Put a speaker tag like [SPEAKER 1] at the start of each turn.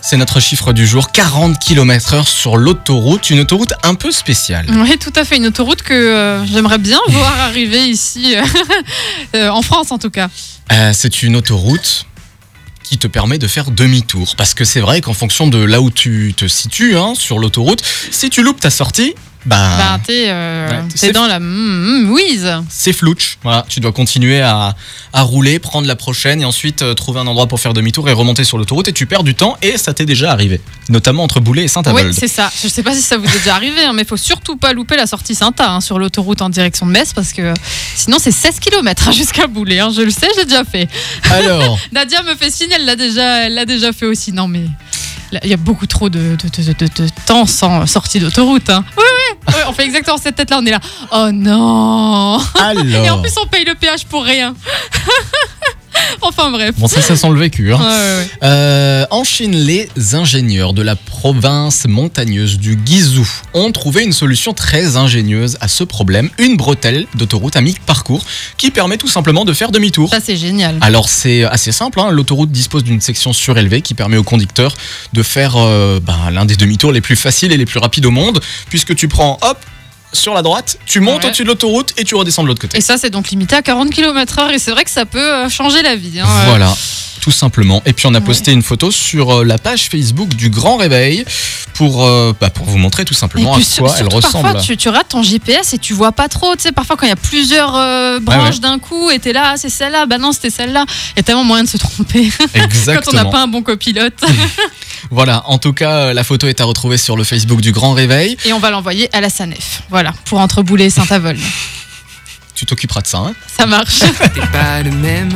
[SPEAKER 1] C'est notre chiffre du jour, 40 km/h sur l'autoroute, une autoroute un peu spéciale.
[SPEAKER 2] Oui, tout à fait. Une autoroute que euh, j'aimerais bien voir arriver ici, euh, en France en tout cas.
[SPEAKER 1] Euh, c'est une autoroute qui te permet de faire demi-tour. Parce que c'est vrai qu'en fonction de là où tu te situes hein, sur l'autoroute, si tu loupes ta sortie, bah,
[SPEAKER 2] Bah, t'es euh,
[SPEAKER 1] Ouais,
[SPEAKER 2] t'es
[SPEAKER 1] c'est-
[SPEAKER 2] dans la mm, mm, whiz.
[SPEAKER 1] c'est flouche. Voilà, tu dois continuer à, à rouler, prendre la prochaine et ensuite euh, trouver un endroit pour faire demi-tour et remonter sur l'autoroute et tu perds du temps et ça t'est déjà arrivé. Notamment entre Boulet et
[SPEAKER 2] Oui,
[SPEAKER 1] Saint-Avold.
[SPEAKER 2] c'est ça. Je sais pas si ça vous est déjà arrivé, hein, mais faut surtout pas louper la sortie Saint-A hein, sur l'autoroute en direction de Metz parce que euh, sinon c'est 16 km jusqu'à Boulet. hein. je le sais, j'ai déjà fait.
[SPEAKER 1] Alors,
[SPEAKER 2] Nadia me fait signe, elle l'a déjà, elle l'a déjà fait aussi. Non, mais là, il y a beaucoup trop de, de- de- de- de- de temps sans sortie d'autoroute. hein. Oui, oui, oui, on fait exactement cette tête-là, on est là. Oh non Et en
[SPEAKER 1] alors.
[SPEAKER 2] plus, on paye le péage pour rien. enfin bref.
[SPEAKER 1] Bon, ça, ça sent le vécu. hein.
[SPEAKER 2] Ouais, ouais, ouais.
[SPEAKER 1] Euh, en Chine, les ingénieurs de la province montagneuse du Guizhou ont trouvé une solution très ingénieuse à ce problème, une bretelle d'autoroute à mi-parcours qui permet tout simplement de faire demi-tour.
[SPEAKER 2] Ça, c'est génial.
[SPEAKER 1] Alors c'est assez simple, hein, l'autoroute dispose d'une section surélevée qui permet au conducteur de faire euh, bah, l'un des demi-tours les plus faciles et les plus rapides au monde, puisque tu prends hop sur la droite, tu montes
[SPEAKER 2] Ouais.
[SPEAKER 1] au-dessus de l'autoroute et tu redescends de l'autre côté.
[SPEAKER 2] Et ça, c'est donc limité à 40 km/h. Et c'est vrai que ça peut euh, changer la vie. hein.
[SPEAKER 1] Voilà, tout simplement. Et puis on a
[SPEAKER 2] Ouais.
[SPEAKER 1] posté une photo sur euh, la page Facebook du Grand Réveil pour, euh, bah, pour vous montrer tout
[SPEAKER 2] Et
[SPEAKER 1] simplement à
[SPEAKER 2] puis, sur-
[SPEAKER 1] quoi elle
[SPEAKER 2] surtout,
[SPEAKER 1] ressemble.
[SPEAKER 2] Parfois, tu, tu rates ton GPS et tu vois pas trop. Tu sais, parfois, quand il y a plusieurs euh, branches d'un coup, et t'es là, ah, c'est celle-là, bah non, c'était celle-là. Il y a tellement moyen de se tromper quand on n'a
[SPEAKER 1] Exactement.
[SPEAKER 2] pas un bon copilote.
[SPEAKER 1] Voilà, en tout cas, euh, la photo est à retrouver sur le Facebook du Grand Réveil.
[SPEAKER 2] et on va l'envoyer à la SANEF. Voilà, pour entre Boulet et Saint-Avold.
[SPEAKER 1] Tu t'occuperas de ça, hein
[SPEAKER 2] Ça marche.
[SPEAKER 3] T'es pas le même.